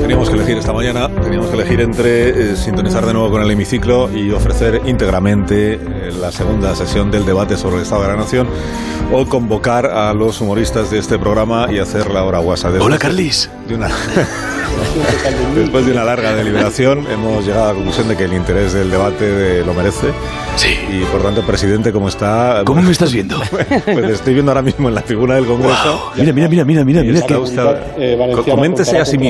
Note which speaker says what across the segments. Speaker 1: Teníamos que elegir esta mañana, teníamos que elegir entre eh, sintonizar de nuevo con el hemiciclo y ofrecer íntegramente eh, la segunda sesión del debate sobre el Estado de la Nación o convocar a los humoristas de este programa y hacer la hora guasa. Después
Speaker 2: Hola,
Speaker 1: de-
Speaker 2: Carlis.
Speaker 1: de una- Después de una larga deliberación hemos llegado a la conclusión de que el interés del debate de- lo merece
Speaker 2: Sí.
Speaker 1: y por tanto, presidente, como está...
Speaker 2: ¿Cómo me estás viendo?
Speaker 1: Pues te estoy viendo ahora mismo en la tribuna del Congreso.
Speaker 2: Wow. Mira, mira, mira, mira, mira, mira
Speaker 1: Está
Speaker 2: que
Speaker 1: usted-
Speaker 3: eh,
Speaker 1: Co- coméntese a sí mismo.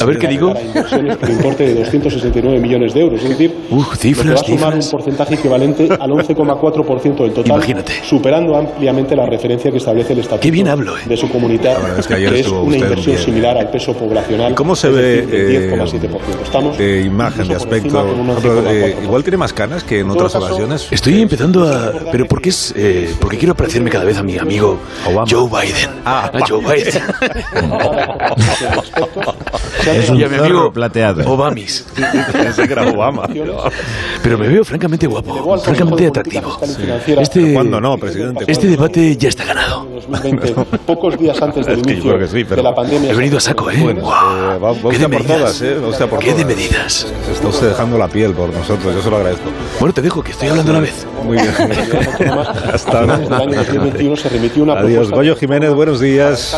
Speaker 2: A ver qué digo.
Speaker 3: Para inversiones por importe de 269 millones de euros, es decir,
Speaker 2: Uf,
Speaker 3: lo que va
Speaker 2: cifras,
Speaker 3: a sumar
Speaker 2: cifras.
Speaker 3: un porcentaje equivalente al 11,4% del total,
Speaker 2: Imagínate.
Speaker 3: superando ampliamente la referencia que establece el estatuto
Speaker 2: Qué bien hablo, eh.
Speaker 3: de su comunidad,
Speaker 1: La verdad es que ayer
Speaker 3: es
Speaker 1: estuvo
Speaker 3: una
Speaker 1: usted
Speaker 3: inversión
Speaker 1: bien.
Speaker 3: similar al peso poblacional,
Speaker 1: ¿Cómo se
Speaker 3: es
Speaker 1: ve
Speaker 3: decir, del
Speaker 1: eh,
Speaker 3: 10,7%. Estamos
Speaker 1: de imagen, de
Speaker 3: incluso por
Speaker 1: aspecto?
Speaker 3: encima con un
Speaker 1: Por ejemplo, eh,
Speaker 3: 11,4%.
Speaker 1: igual tiene más canas que en
Speaker 3: En
Speaker 1: otras
Speaker 3: todo caso,
Speaker 1: ocasiones.
Speaker 2: Estoy empezando a. Pero porque es. eh, porque quiero parecerme cada vez a mi amigo
Speaker 1: Obama.
Speaker 2: Joe Biden.
Speaker 1: Ah.
Speaker 2: a Joe Biden.
Speaker 4: Es un
Speaker 2: y a mi
Speaker 4: zorro
Speaker 2: amigo
Speaker 4: plateado.
Speaker 2: Obamis.
Speaker 1: Pensé que era Obama.
Speaker 2: Pero me veo francamente guapo, francamente atractivo. Este,
Speaker 1: ¿Cuándo no, presidente?
Speaker 2: este debate ya está ganado.
Speaker 3: 2020, pocos días antes del
Speaker 1: Es que yo
Speaker 3: inicio
Speaker 1: creo que sí, pero-
Speaker 3: de la pandemia.
Speaker 2: He venido a saco, ¿eh?
Speaker 1: Bueno,
Speaker 2: Guau.
Speaker 1: eh, va- va
Speaker 2: ¿Qué
Speaker 1: usted
Speaker 2: de
Speaker 1: por
Speaker 2: medidas?
Speaker 1: todas, ¿eh? Va usted por
Speaker 2: ¿Qué de
Speaker 1: todas.
Speaker 2: medidas?
Speaker 1: Se está usted dejando la piel por nosotros, yo se lo agradezco.
Speaker 2: Bueno, te dejo que estoy hablando a la vez.
Speaker 1: Muy bien. Hasta
Speaker 3: Hasta el año
Speaker 1: ahora.
Speaker 3: 2021 se remitió una
Speaker 1: Adiós.
Speaker 3: propuesta
Speaker 1: Goyo Jiménez, buenos días.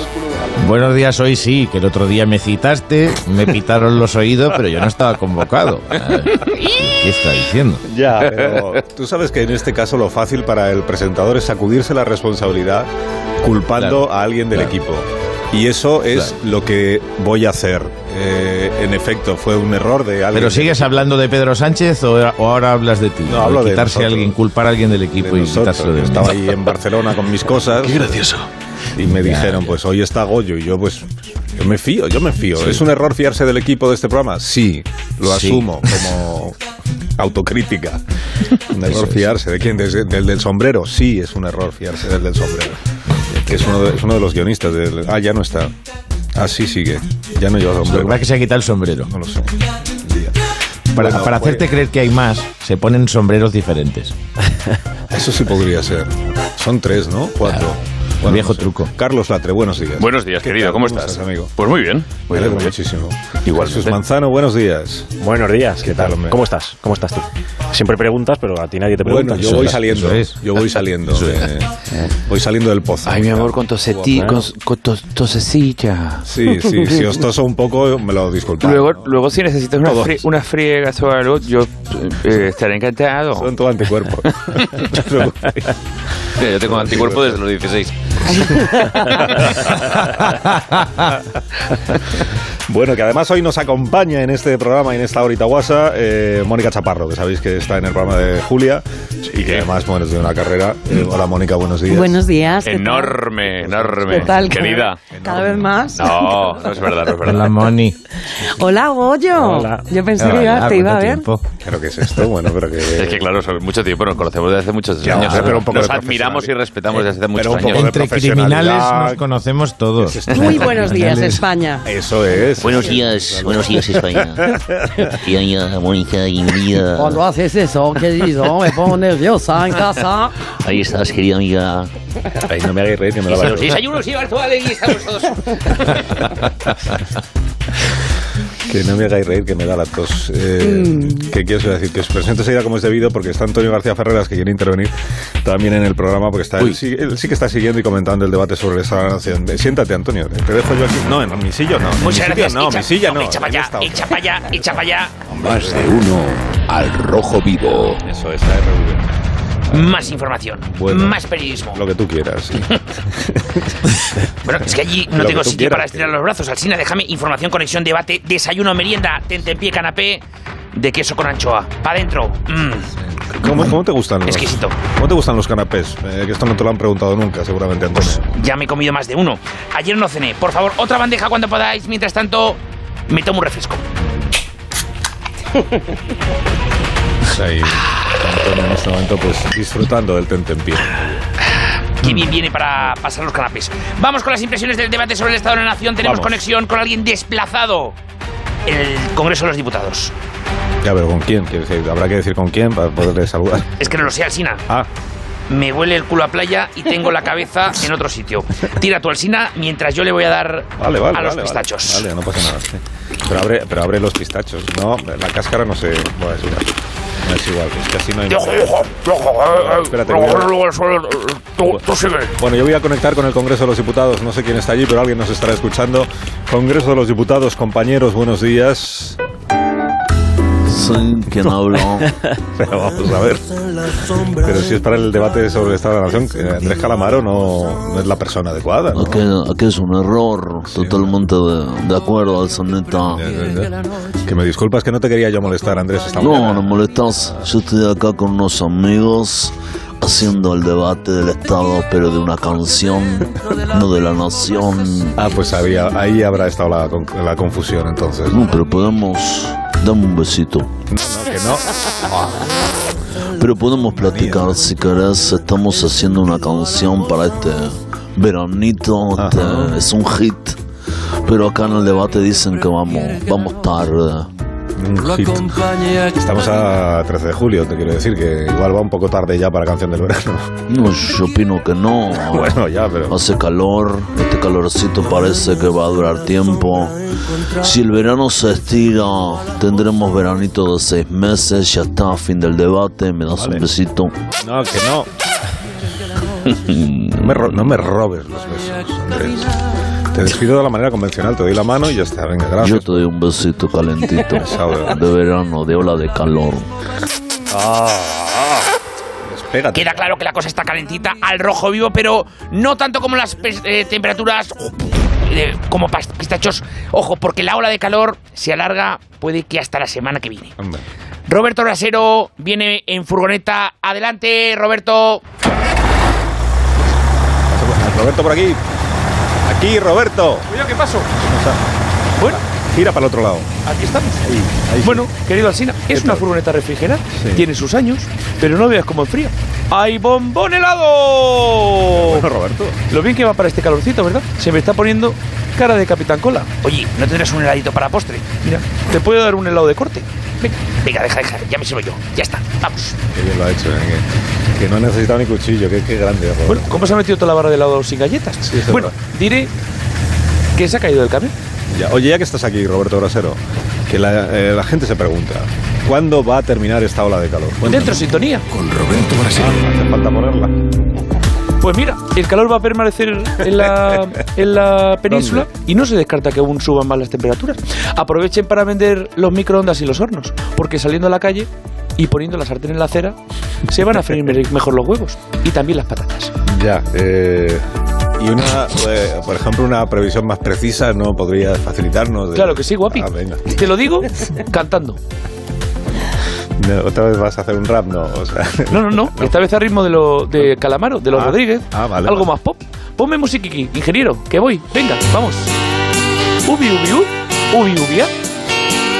Speaker 4: Buenos días, hoy sí, que el otro día me citaste, me pitaron los oídos, pero yo no estaba convocado. Ah, ¿Qué está diciendo?
Speaker 1: Ya, pero tú sabes que en este caso lo fácil para el presentador es sacudirse la responsabilidad culpando
Speaker 4: Claro,
Speaker 1: a alguien del
Speaker 4: claro.
Speaker 1: equipo. Y eso es lo que voy a hacer. Eh, en efecto, fue un error de alguien.
Speaker 4: ¿Pero sigues hablando de Pedro Sánchez o, o ahora hablas de ti?
Speaker 1: No, hablo de
Speaker 4: quitarse a
Speaker 1: nosotros.
Speaker 4: alguien, culpar a alguien del
Speaker 1: de
Speaker 4: equipo y
Speaker 1: nosotros.
Speaker 4: quitárselo de
Speaker 1: Yo
Speaker 4: mí.
Speaker 1: Estaba ahí en Barcelona con mis cosas
Speaker 2: Qué gracioso.
Speaker 1: y me
Speaker 4: Ya,
Speaker 1: dijeron,
Speaker 4: ya.
Speaker 1: pues hoy está Goyo y yo pues yo me fío, yo me fío. ¿Es un error fiarse del equipo de este programa? Sí, lo
Speaker 4: Sí.
Speaker 1: asumo como autocrítica. Un
Speaker 4: Eso
Speaker 1: error
Speaker 4: es.
Speaker 1: fiarse de quién, ¿Des- del del sombrero. Sí, es un error fiarse del del sombrero. Que es uno de, es uno de los guionistas del... Ah, ya no está. Así sigue. Ya no lleva
Speaker 4: Lo que
Speaker 1: sombrero.
Speaker 4: pasa es que se ha quitado el sombrero.
Speaker 1: No lo sé.
Speaker 4: Para,
Speaker 1: Bueno,
Speaker 4: para
Speaker 1: pues-
Speaker 4: hacerte creer que hay más, se ponen sombreros diferentes.
Speaker 1: Eso sí podría ser. Son tres, ¿no? Cuatro.
Speaker 4: Un viejo truco.
Speaker 1: Carlos Latre, buenos días.
Speaker 5: Buenos días,
Speaker 1: ¿Qué
Speaker 5: querido.
Speaker 1: tal?
Speaker 5: ¿Cómo estás?
Speaker 1: amigo?
Speaker 5: Pues muy bien.
Speaker 1: Me
Speaker 5: Muy bien,
Speaker 1: alegro
Speaker 5: muy bien.
Speaker 1: muchísimo.
Speaker 6: Igualmente.
Speaker 1: Jesús Manzano, buenos días.
Speaker 6: Buenos días, ¿qué tal?
Speaker 1: hombre?
Speaker 6: ¿Cómo estás? ¿Cómo estás tú? Siempre preguntas, pero a ti nadie te pregunta.
Speaker 1: Bueno, yo voy
Speaker 4: es,
Speaker 1: saliendo.
Speaker 4: eso es.
Speaker 1: Yo voy saliendo. eh, voy saliendo del pozo.
Speaker 7: Ay, mi amor, con toseti,
Speaker 6: Guau.
Speaker 7: con, con tos- tosecilla.
Speaker 1: Sí, sí. Si os toso un poco, me lo disculpáis.
Speaker 8: Luego,
Speaker 1: ¿no?
Speaker 8: luego si necesitas una,
Speaker 1: Todos.
Speaker 8: frie- unas friegas o algo, yo eh, estaré encantado.
Speaker 1: Son todo anticuerpos.
Speaker 5: Mira, yo tengo anticuerpo desde los 16.
Speaker 1: bueno, que además hoy nos acompaña en este programa y en esta horita guasa eh, Mónica Chaparro, que sabéis que está en el programa de Julia y que además bueno, es de una carrera. Eh, hola Mónica, buenos días.
Speaker 9: Buenos días. ¿qué tal?
Speaker 5: Enorme, enorme.
Speaker 9: ¿Qué tal?
Speaker 5: Querida.
Speaker 9: Cada vez más.
Speaker 5: No, no es verdad, no es
Speaker 4: Hola,
Speaker 5: verdad.
Speaker 4: Moni.
Speaker 9: Hola, Goyo.
Speaker 6: Hola.
Speaker 9: Yo pensé
Speaker 4: Ah,
Speaker 9: que iba-
Speaker 4: ah,
Speaker 9: te iba a
Speaker 4: ¿cuánto
Speaker 9: ver.
Speaker 4: tiempo?
Speaker 1: Claro que es esto, bueno, pero que...
Speaker 5: Es que claro, son mucho tiempo, nos conocemos desde hace muchos
Speaker 1: Ya,
Speaker 5: años.
Speaker 1: hombre, pero un poco
Speaker 5: nos
Speaker 1: de
Speaker 5: admiramos y
Speaker 1: profesional. Eh,
Speaker 5: respetamos desde hace
Speaker 1: pero
Speaker 5: muchos
Speaker 1: un poco
Speaker 5: años.
Speaker 1: de-
Speaker 4: Entre
Speaker 1: profesionalidad.
Speaker 4: criminales nos conocemos todos.
Speaker 9: Muy buenos días, España.
Speaker 1: Eso es.
Speaker 10: Buenos días, buenos días España. Y allá, Mónica y
Speaker 9: Cuando
Speaker 10: María.
Speaker 9: haces eso, querido, me pongo nerviosa en casa.
Speaker 10: Ahí estás, querida amiga.
Speaker 1: Ay, no me hagáis reír, que me lo vais a-
Speaker 8: desayunos y toda estamos todos.
Speaker 1: Que no me hagáis reír, que me da la tos. Eh, ¿Qué quieres decir? Que os presento enseguida como es debido, porque está Antonio García Ferreras, que quiere intervenir también en el programa, porque está, él, sí, él sí que está siguiendo y comentando el debate sobre esa nación. Eh, Siéntate, Antonio, te dejo yo aquí. No, en mi sillón no. en mi sitio No, mi silla no.
Speaker 8: Echa
Speaker 1: ahí está
Speaker 8: para allá,
Speaker 1: otro.
Speaker 8: echa para allá, echa para allá.
Speaker 11: Más de uno al rojo vivo.
Speaker 1: Eso es, la RV.
Speaker 8: Más información,
Speaker 1: Bueno.
Speaker 8: más periodismo.
Speaker 1: Lo que tú quieras. sí.
Speaker 8: Bueno, es que allí
Speaker 1: Lo
Speaker 8: no
Speaker 1: que
Speaker 8: tengo
Speaker 1: tú
Speaker 8: sitio
Speaker 1: quieras,
Speaker 8: para estirar
Speaker 1: querido.
Speaker 8: los brazos. Alcina, déjame información, conexión, debate, desayuno, merienda, tentempié, canapé, de queso con anchoa. Pa' dentro. Mm,
Speaker 1: ¿Cómo, cómo te gustan los,
Speaker 8: Exquisito.
Speaker 1: ¿Cómo te gustan los canapés? Eh, que esto no te lo han preguntado nunca, seguramente, Antonio.
Speaker 8: ya me he comido más de uno. Ayer no cené. Por favor, otra bandeja cuando podáis. Mientras tanto, me tomo un refresco.
Speaker 1: Ahí, Antonio en este momento, pues disfrutando del tentempié.
Speaker 8: Qué bien viene para pasar los canapés. Vamos con las impresiones del debate sobre el Estado de la Nación. Tenemos
Speaker 1: Vamos.
Speaker 8: conexión con alguien desplazado. El Congreso de los Diputados.
Speaker 1: Ya, pero ¿con quién? Quiero decir, habrá que decir con quién para poderle saludar.
Speaker 8: Es que no lo sé, Alsina.
Speaker 1: Ah,
Speaker 8: me huele el culo a playa y tengo la cabeza en otro sitio. Tira tu alsina mientras yo le voy a dar
Speaker 1: Vale, vale,
Speaker 8: a los
Speaker 1: vale,
Speaker 8: pistachos.
Speaker 1: Vale, Vale, no pasa nada. sí. Pero, abre, pero abre los pistachos. No, la cáscara no se. Bueno, es igual. No es igual. Es que así no hay.
Speaker 8: Ojo, ojo, ojo, eh, eh,
Speaker 1: Espérate,
Speaker 8: ojo,
Speaker 1: cuidado.
Speaker 8: ojo, ojo, ojo, tú- tú sigue.
Speaker 1: Bueno, yo voy a conectar con el Congreso de los Diputados. No sé quién está allí, pero alguien nos estará escuchando. Congreso de los Diputados, compañeros, buenos días.
Speaker 12: Soy quien hablo.
Speaker 1: Pero vamos a ver. Pero si es para el debate sobre el Estado de la Nación, que Andrés Calamaro no, no es la persona adecuada. ¿no?
Speaker 12: Aquí, aquí es un error, totalmente de, de acuerdo al soneta.
Speaker 1: Que me disculpas que no te quería yo molestar, Andrés. Esta
Speaker 12: No,
Speaker 1: mañana.
Speaker 12: no molestas. Yo estoy acá con unos amigos haciendo el debate del Estado, pero de una canción, no de la nación.
Speaker 1: Ah, pues había, ahí habrá estado la, con- la confusión entonces.
Speaker 12: No, pero podemos. Dame un besito.
Speaker 1: No, que no. Ah.
Speaker 12: Pero podemos platicar si querés. Estamos haciendo una canción para este veranito. este- es un hit. Pero acá en el debate dicen que vamos, vamos tarde.
Speaker 1: Un hit. Estamos a 13 de julio, te quiero decir que igual va un poco tarde ya para canción del verano.
Speaker 12: No, yo opino que no.
Speaker 1: Bueno, ya, pero.
Speaker 12: Hace calor, este calorcito parece que va a durar tiempo. Si el verano se estira, tendremos veranito de seis meses. Ya está, fin del debate. Me das un besito.
Speaker 1: No, que no. No me, ro- no me robes los besos, Andrés. Te despido de la manera convencional, te doy la mano y ya está. Venga,
Speaker 12: Yo
Speaker 1: gracias.
Speaker 12: te doy un besito calentito. De verano, de ola de calor.
Speaker 8: Queda claro que la cosa está calentita al rojo vivo, pero no tanto como las pes- eh, temperaturas eh, como pas- pistachos. Ojo, porque la ola de calor se alarga, puede que hasta la semana que viene. Roberto Brasero viene en furgoneta. Adelante, Roberto.
Speaker 1: Roberto por aquí. Aquí, Roberto.
Speaker 2: Cuidado, ¿qué pasó?
Speaker 1: Bueno. Gira para el otro lado.
Speaker 2: Aquí estamos. bueno, querido Alsina, es una furgoneta refrigerada, tiene sus años, pero no veas cómo enfría. ¡Hay bombón helado! Bueno,
Speaker 1: Roberto.
Speaker 2: Lo bien que va para este calorcito, ¿verdad? Se me está poniendo cara de Capitán Cola.
Speaker 8: Oye, ¿no tendrás un heladito para postre?
Speaker 2: Mira, te puedo dar un helado de corte.
Speaker 8: Venga, venga, deja, deja, ya me sirvo yo. Ya está, vamos.
Speaker 1: Qué bien lo ha hecho, ¿eh? que, que no ha necesitado ni cuchillo, que, que grande. Roberto.
Speaker 2: Bueno, ¿cómo se ha metido toda la barra de helado sin galletas?
Speaker 1: es
Speaker 2: bueno, diré que se ha caído del camión.
Speaker 1: Ya, Oye, ya que estás aquí, Roberto Brasero, que la, eh, la gente se pregunta, ¿cuándo va a terminar esta ola de calor?
Speaker 2: Dentro, sintonía.
Speaker 1: Con Roberto Brasero. hace falta ponerla.
Speaker 2: Pues mira, el calor va a permanecer en la, en la península y no se descarta que aún suban más las temperaturas. Aprovechen para vender los microondas y los hornos, porque saliendo a la calle y poniendo la sartén en la acera, se van a freír me- mejor los huevos y también las patatas.
Speaker 1: Ya. eh, y una, eh, por ejemplo, una previsión más precisa no podría facilitarnos.
Speaker 2: Claro que sí, guapi.
Speaker 1: Ah, venga.
Speaker 2: Te lo digo cantando.
Speaker 1: No, Otra vez vas a hacer un rap, ¿no? O sea,
Speaker 2: No, no, no. Esta vez a ritmo de, lo, de Calamaro, de los
Speaker 1: Ah,
Speaker 2: Rodríguez.
Speaker 1: ah, vale,
Speaker 2: Algo
Speaker 1: vale.
Speaker 2: más pop. Ponme musiquiqui, ingeniero, que voy. Venga, vamos. Ubi, ubi, u. Ubi, ubia.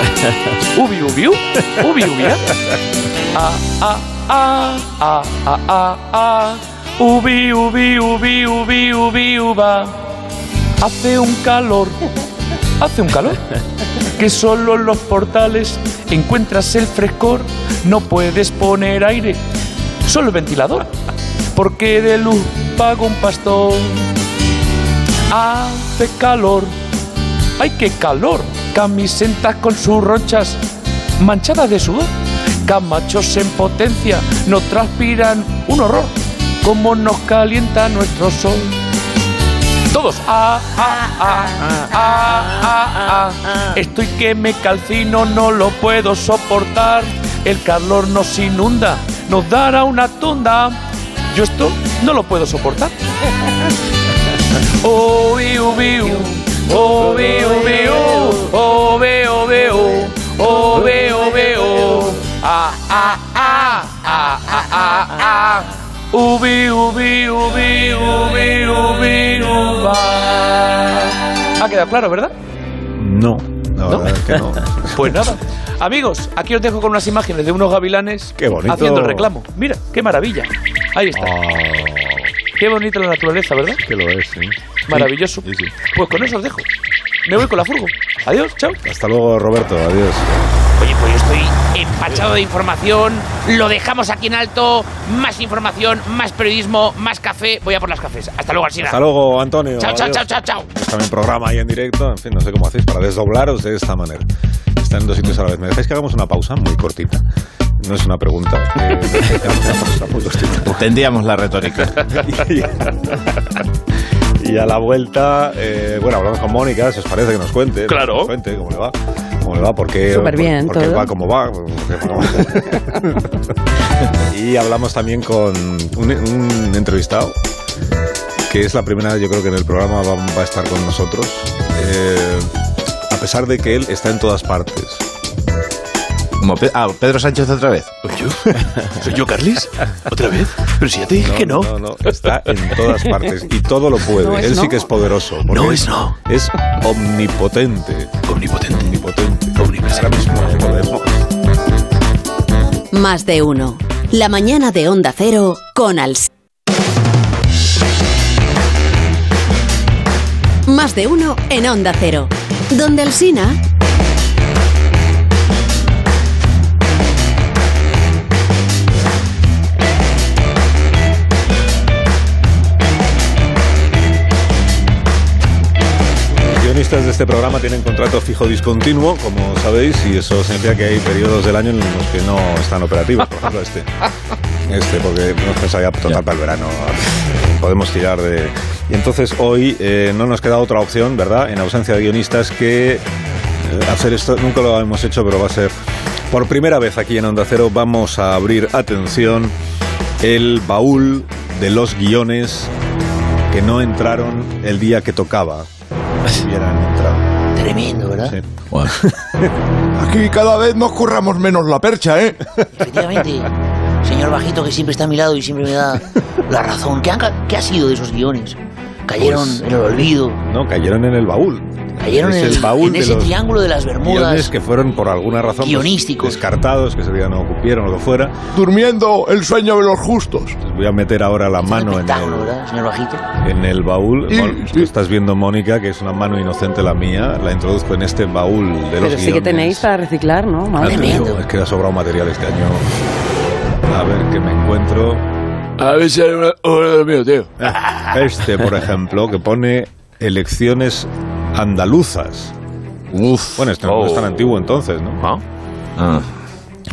Speaker 2: Ubi, ubi, u. Ubi, ubia. Ah, ah, ah, ah, ah, ah, ah. Ubi, ubi, ubi, ubi, ubi, uba. Hace un calor. Hace un calor. Que solo en los portales encuentras el frescor. No puedes poner aire. Solo el ventilador. Porque de luz pago un pastor. Hace calor. ¡Ay, qué calor! Camisetas con sus rochas manchadas de sudor. Camachos en potencia nos transpiran un horror. Como nos calienta nuestro sol. Todos. Ah, ah, ah, ah, ah, ah. Estoy que me calcino, no lo puedo soportar. El calor nos inunda, nos dará una tunda. Yo esto no lo puedo soportar. Ubi, ubi, u. Ubi, ubi, u. Ubi, ubi, u. Ubi, ubi, u. Ah, ah, ah, ah, ah, ah, ah. Ubi, ubi, ubi, ubi, ubi, uba. Ha quedado claro, ¿verdad?
Speaker 1: no, la verdad es que no.
Speaker 2: Pues nada. Amigos, aquí os dejo con unas imágenes de unos gavilanes
Speaker 1: Qué bonito.
Speaker 2: haciendo el reclamo. Mira, qué maravilla. Ahí está. Qué bonita la naturaleza, ¿verdad?
Speaker 1: Ah, Que lo es, sí.
Speaker 2: Maravilloso. Pues con eso os dejo. me voy con la furgo. Adiós, chao.
Speaker 1: Hasta luego, Roberto. Adiós.
Speaker 8: Oye, pues yo estoy empachado de información. Lo dejamos aquí en alto. Más información, más periodismo, más café. Voy a por las cafés. Hasta luego, Alcina.
Speaker 1: Hasta luego, Antonio.
Speaker 8: Chao, chao,
Speaker 1: Adiós.
Speaker 8: chao, chao, chao.
Speaker 1: También programa ahí en directo. En fin, no sé cómo hacéis para desdoblaros de esta manera. Están en dos sitios a la vez. ¿Me dejáis que hagamos una pausa muy cortita? No es una pregunta. eh, me dejáis que hagamos una pausa muy cortita.
Speaker 13: Tendríamos la retórica.
Speaker 1: Y a la vuelta, eh, bueno, hablamos con Mónica, si os parece que nos cuente.
Speaker 5: Claro.
Speaker 1: Que nos cuente cómo le va. Cómo le va, por qué,
Speaker 9: Súper
Speaker 1: por-
Speaker 9: bien,
Speaker 1: por qué
Speaker 9: todo.
Speaker 1: va, cómo va. por qué va, cómo va. y hablamos también con un, un entrevistado, que es la primera vez, yo creo que en el programa va, va a estar con nosotros. eh, a pesar de que él está en todas partes.
Speaker 13: Como Pe- ah, Pedro Sánchez otra vez.
Speaker 14: ¿Soy yo, Carlis? ¿Otra vez? Pero si ya te dije que no.
Speaker 1: No, no, está en todas partes y todo lo puede.
Speaker 14: No es
Speaker 1: Él sí
Speaker 14: no.
Speaker 1: que es poderoso.
Speaker 14: No
Speaker 1: porque
Speaker 14: es no.
Speaker 1: Es omnipotente. Omnipotente. Omnipotente. Ahora mismo no podemos.
Speaker 15: Más de uno. La mañana de Onda Cero con Alsina. Más de uno en Onda Cero. Donde Alsina.
Speaker 1: Los guionistas de este programa tienen contrato fijo discontinuo, como sabéis, y eso significa que hay periodos del año en los que no están operativos. Por ejemplo, este. Este, porque nos pensaría total para el verano. Podemos tirar de. Y entonces hoy eh, no nos queda otra opción, ¿verdad? En ausencia de guionistas que eh, hacer esto. Nunca lo hemos hecho, pero va a ser. Por primera vez aquí en Onda Cero vamos a abrir, atención, el baúl de los guiones que no entraron el día que tocaba. Hubieran entrado.
Speaker 16: Tremendo, ¿verdad?
Speaker 1: Sí.
Speaker 13: Aquí cada vez nos curramos menos la percha, ¿eh?
Speaker 16: Efectivamente, señor Bajito, que siempre está a mi lado y siempre me da la razón. ¿Qué, han ca- qué ha sido de esos guiones? Cayeron
Speaker 1: Pues-
Speaker 16: en el olvido,
Speaker 1: No, cayeron en el baúl.
Speaker 16: cayeron
Speaker 1: Es
Speaker 16: en, el- en
Speaker 1: de
Speaker 16: ese
Speaker 1: los
Speaker 16: triángulo de las
Speaker 1: guiones
Speaker 16: Bermudas.
Speaker 1: que fueron por alguna razón pues, descartados, que ese día no cumplieron o lo que fuera.
Speaker 13: Durmiendo el sueño de los justos.
Speaker 1: Les voy a meter ahora la mano en el,
Speaker 16: ¿Verdad, señor Bajito?
Speaker 1: en el baúl.
Speaker 16: Y-
Speaker 1: Bueno, tú estás viendo, Mónica, que es una mano inocente la mía. La introduzco en este baúl de los
Speaker 9: Pero sí que
Speaker 1: guiones.
Speaker 9: tenéis para reciclar, ¿no?
Speaker 1: Ah,
Speaker 9: Madre
Speaker 1: te
Speaker 9: mía.
Speaker 1: digo, es que ha sobrado material este año. A ver qué me encuentro.
Speaker 14: A ver si hay una hora de mío, tío.
Speaker 1: Este, por ejemplo, que pone elecciones andaluzas. Bueno, este no es
Speaker 5: Oh.
Speaker 1: tan antiguo entonces, ¿no?
Speaker 5: Ah.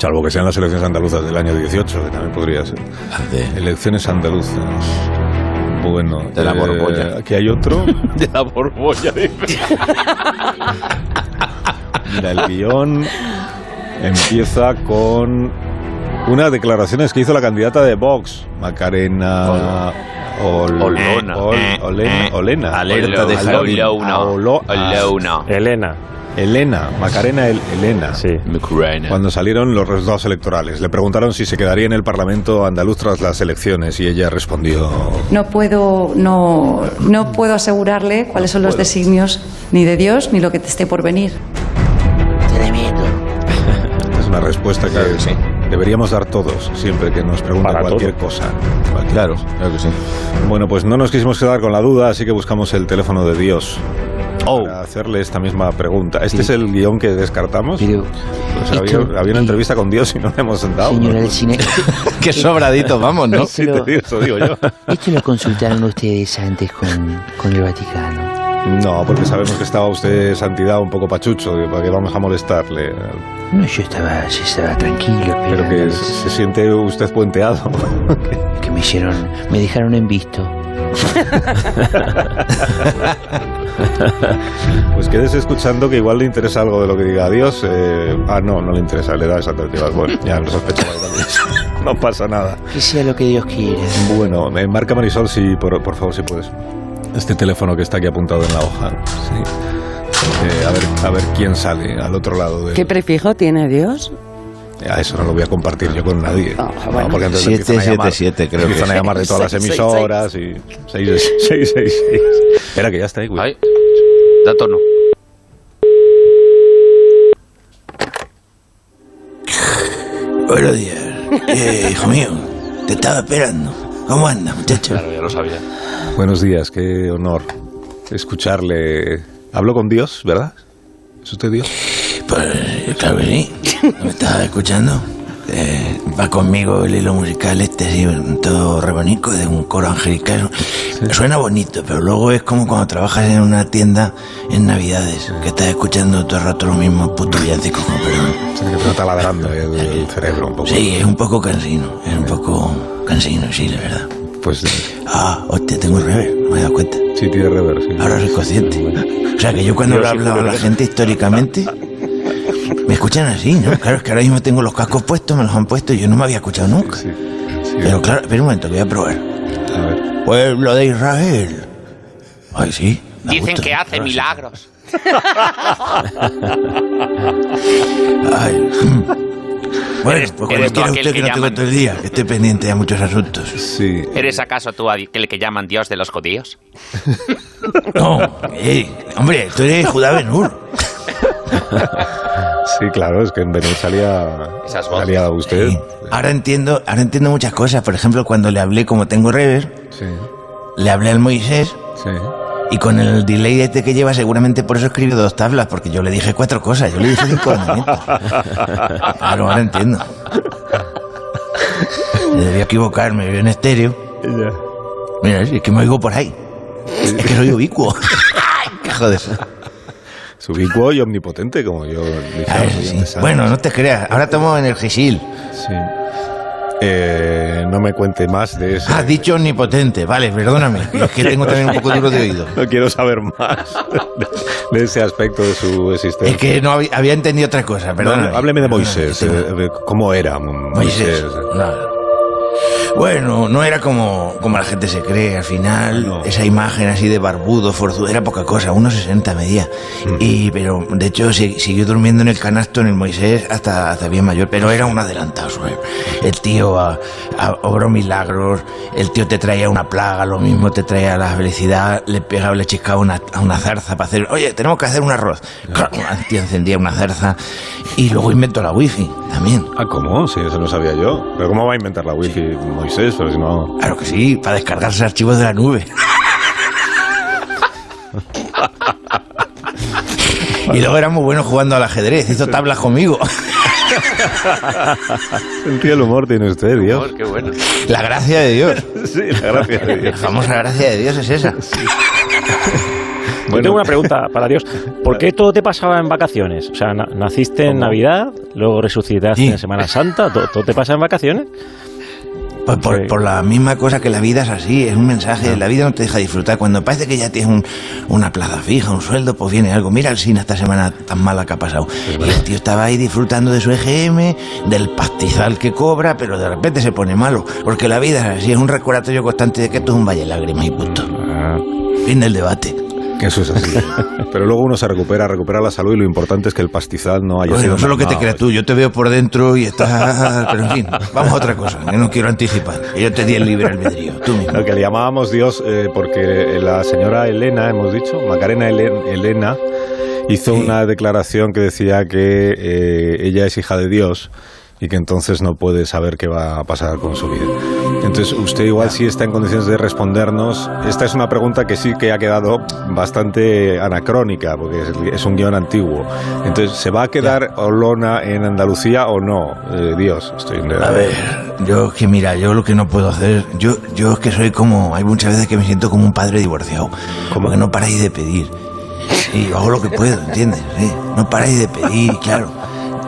Speaker 1: Salvo que sean las elecciones andaluzas del año 18, que también podría ser. Elecciones andaluzas. Bueno, eh,
Speaker 13: De la Borbolla.
Speaker 1: Aquí hay otro.
Speaker 5: De la borbolla, dice.
Speaker 1: Mira, el guión empieza con unas declaraciones que hizo la candidata de Vox, Macarena. Ol-
Speaker 5: Olona.
Speaker 1: Ol-
Speaker 5: Eh,
Speaker 1: Olena.
Speaker 5: eh.
Speaker 1: Olena.
Speaker 5: Alerta de jardín.
Speaker 1: Aolo-
Speaker 5: Olona.
Speaker 1: Elena. Elena, Macarena El- Elena. Sí. Cuando salieron los resultados electorales, le preguntaron si se quedaría en el Parlamento andaluz tras las elecciones y ella respondió.
Speaker 17: No puedo, no, no puedo asegurarle cuáles son los designios ni de Dios ni lo que te esté por venir.
Speaker 1: Es una respuesta que deberíamos dar todos siempre que nos preguntan cualquier cosa. Claro, claro que sí. Bueno, pues no nos quisimos quedar con la duda, así que buscamos el teléfono de Dios. Para hacerle esta misma pregunta. ¿Este es el guión que descartamos? Pues había,
Speaker 16: esto-
Speaker 1: había una entrevista con Dios y no la hemos sentado.
Speaker 16: Señora del cine.
Speaker 13: Qué sobradito, vamos, ¿no?
Speaker 1: Sí, te digo, eso digo yo.
Speaker 16: Esto lo consultaron ustedes antes con, con el Vaticano.
Speaker 1: No, porque sabemos que estaba usted, Santidad, un poco pachucho, que- para que vamos a molestarle.
Speaker 16: No, yo estaba, yo estaba tranquilo,
Speaker 1: Pero que se siente usted puenteado.
Speaker 16: que me hicieron, me dejaron en visto.
Speaker 1: Pues quedes escuchando que igual le interesa algo de lo que diga adiós. eh, ah, no, no le interesa, le da exactamente igual. Bueno, ya lo sospechaba yo también. No pasa nada.
Speaker 16: Que sea lo que Dios quiera.
Speaker 1: Bueno, eh, marca Marisol, si, por, por favor, si puedes. Este teléfono que está aquí apuntado en la hoja. sí. Eh, a, ver, a ver quién sale al otro lado de...
Speaker 9: ¿Qué prefijo tiene Dios?
Speaker 1: A eso no lo voy a compartir yo con nadie.
Speaker 9: bueno.
Speaker 1: No, porque entonces
Speaker 13: Siete,
Speaker 1: empiezan a llamar,
Speaker 13: siete, siete, creo
Speaker 1: empiezan
Speaker 13: que
Speaker 1: a
Speaker 13: es.
Speaker 1: llamar de todas las
Speaker 13: Seis, seis,
Speaker 1: emisoras y... 666. Espera, que ya está ahí, güey.
Speaker 5: Da tono.
Speaker 4: Buenos días. Eh, hijo mío, te estaba esperando. ¿Cómo anda, muchacho?
Speaker 5: Claro, ya lo sabía.
Speaker 1: Buenos días, qué honor escucharle Habló con Dios, ¿verdad? ¿Es usted Dios?
Speaker 4: Pues, claro que sí. ¿No ¿Me estás escuchando? Eh, va conmigo el hilo musical este, así, todo re bonito, de un coro angelical. Suena bonito, pero luego es como cuando trabajas en una tienda en Navidades, que estás escuchando todo el rato lo mismo, puto villancico, con perdón.
Speaker 1: Se que está ladrando el, el cerebro un poco.
Speaker 4: Sí, es un poco cansino, es un poco cansino, sí, la verdad.
Speaker 1: Pues.
Speaker 4: Ah, hostia, tengo rever, no me he dado cuenta.
Speaker 1: Sí, tiene rever, sí.
Speaker 4: Ahora soy consciente. O sea, que yo cuando
Speaker 1: Yo
Speaker 4: he
Speaker 1: sí,
Speaker 4: hablado a
Speaker 1: pero-
Speaker 4: la gente históricamente. Me escuchan así, ¿no? Claro, es que ahora mismo tengo los cascos puestos, me los han puesto y yo no me había escuchado nunca. Pero claro, espera un momento, que voy a probar. Pueblo de Israel. Ay, sí.
Speaker 8: Dicen que hace milagros.
Speaker 4: Ay. Bueno, pues
Speaker 8: eres
Speaker 4: cuando quiera
Speaker 8: tú aquel
Speaker 4: usted que
Speaker 8: que
Speaker 4: no tengo
Speaker 8: llaman.
Speaker 4: todo el día, que esté pendiente a muchos asuntos.
Speaker 1: Sí.
Speaker 8: ¿Eres acaso tú aquel que llaman Dios de los judíos?
Speaker 4: No, eh, hombre, tú eres Judá Benur.
Speaker 1: Sí, claro, es que en Benur salía. Salía usted.
Speaker 4: Ahora entiendo, ahora entiendo muchas cosas. Por ejemplo, cuando le hablé, como tengo rever,
Speaker 1: Sí.
Speaker 4: le hablé al Moisés.
Speaker 1: Sí.
Speaker 4: Y con el delay este que lleva, seguramente por eso escribe dos tablas, porque yo le dije cuatro cosas, yo le dije cinco mandamientos. Claro, ahora entiendo. Me debía equivocarme, vivo en estéreo. Mira, es que me oigo por ahí. Es que soy ubicuo. Qué Joder.
Speaker 1: Es ubicuo y omnipotente, como yo dije.
Speaker 4: Ah, eso sí. Bueno, no te creas, ahora tomo energisil.
Speaker 1: Sí. Eh, no me cuente más de eso.
Speaker 4: Has dicho omnipotente, vale, perdóname. Es que tengo también un poco duro de oído.
Speaker 1: No quiero saber más de, de ese aspecto de su existencia.
Speaker 4: Es que no había, había entendido otra cosa,
Speaker 1: No,
Speaker 4: perdóname.
Speaker 1: no, hábleme de Moisés. eh, de ¿Cómo era
Speaker 4: Moisés,
Speaker 1: Moisés?
Speaker 4: Bueno, no era como, como la gente se cree. Al final, esa imagen así de barbudo, forzudo, era poca cosa, unos 60 medía. Y, pero de hecho, se- siguió durmiendo en el canasto en el Moisés hasta, hasta bien mayor, pero era un adelantado. ¿sabes? El tío ah, ah, obró milagros, el tío te traía una plaga, lo mismo te traía la felicidad, le pegaba, le chiscaba una, a una zarza para hacer, oye, tenemos que hacer un arroz. El tío encendía una zarza y luego inventó la wifi también.
Speaker 1: Ah, ¿cómo? Sí, eso no sabía yo. ¿Pero cómo va a inventar la wifi Moisés? Pero si no...
Speaker 4: Claro que sí, para descargarse archivos de la nube. Y luego era muy bueno jugando al ajedrez, hizo tablas conmigo.
Speaker 1: Sentía el humor tiene usted, Dios.
Speaker 5: Qué bueno.
Speaker 4: La gracia de Dios.
Speaker 1: Sí, la gracia de Dios.
Speaker 4: La famosa gracia de Dios es esa.
Speaker 6: Yo tengo una pregunta para Dios. ¿Por qué todo te pasaba en vacaciones? O sea, na- naciste en Navidad, luego resucitaste en Semana Santa, ¿todo, todo te pasa en vacaciones?
Speaker 4: Pues por, por la misma cosa que la vida es así, es un mensaje, la vida no te deja disfrutar. Cuando parece que ya tienes un- una plaza fija, un sueldo, pues viene algo. Mira el cine esta semana tan mala que ha pasado. Y el tío estaba ahí disfrutando de su EGM, del pastizal que cobra, pero de repente se pone malo. Porque la vida es así, es un recordatorio constante de que esto es un valle de lágrimas y punto.
Speaker 1: Ah.
Speaker 4: Fin del debate.
Speaker 1: Que eso es así. Pero luego uno se recupera, recupera la salud y lo importante es que el pastizal no haya
Speaker 4: Bueno,
Speaker 1: sido...
Speaker 4: eso es lo que te
Speaker 1: mermado.
Speaker 4: creas tú. Yo te veo por dentro y estás. Pero en fin, vamos a otra cosa. Yo no quiero anticipar. Yo te di el libre albedrío. Tú mismo.
Speaker 1: Lo que le llamábamos Dios eh, porque la señora Elena, hemos dicho, Macarena Helen- Elena, hizo una declaración que decía que eh, ella es hija de Dios y que entonces no puede saber qué va a pasar con su vida. Entonces usted igual sí está en condiciones de respondernos. Esta es una pregunta que sí que ha quedado bastante anacrónica porque es, es un guión antiguo. Entonces, ¿se va a quedar Olona en Andalucía o no? Eh, Dios, estoy en
Speaker 4: A ver, yo es que mira, yo lo que no puedo hacer, yo, yo es que soy como, hay muchas veces que me siento como un padre divorciado, como que no paráis de pedir. Y yo hago lo que puedo, ¿entiendes? Sí, no paráis de pedir, claro.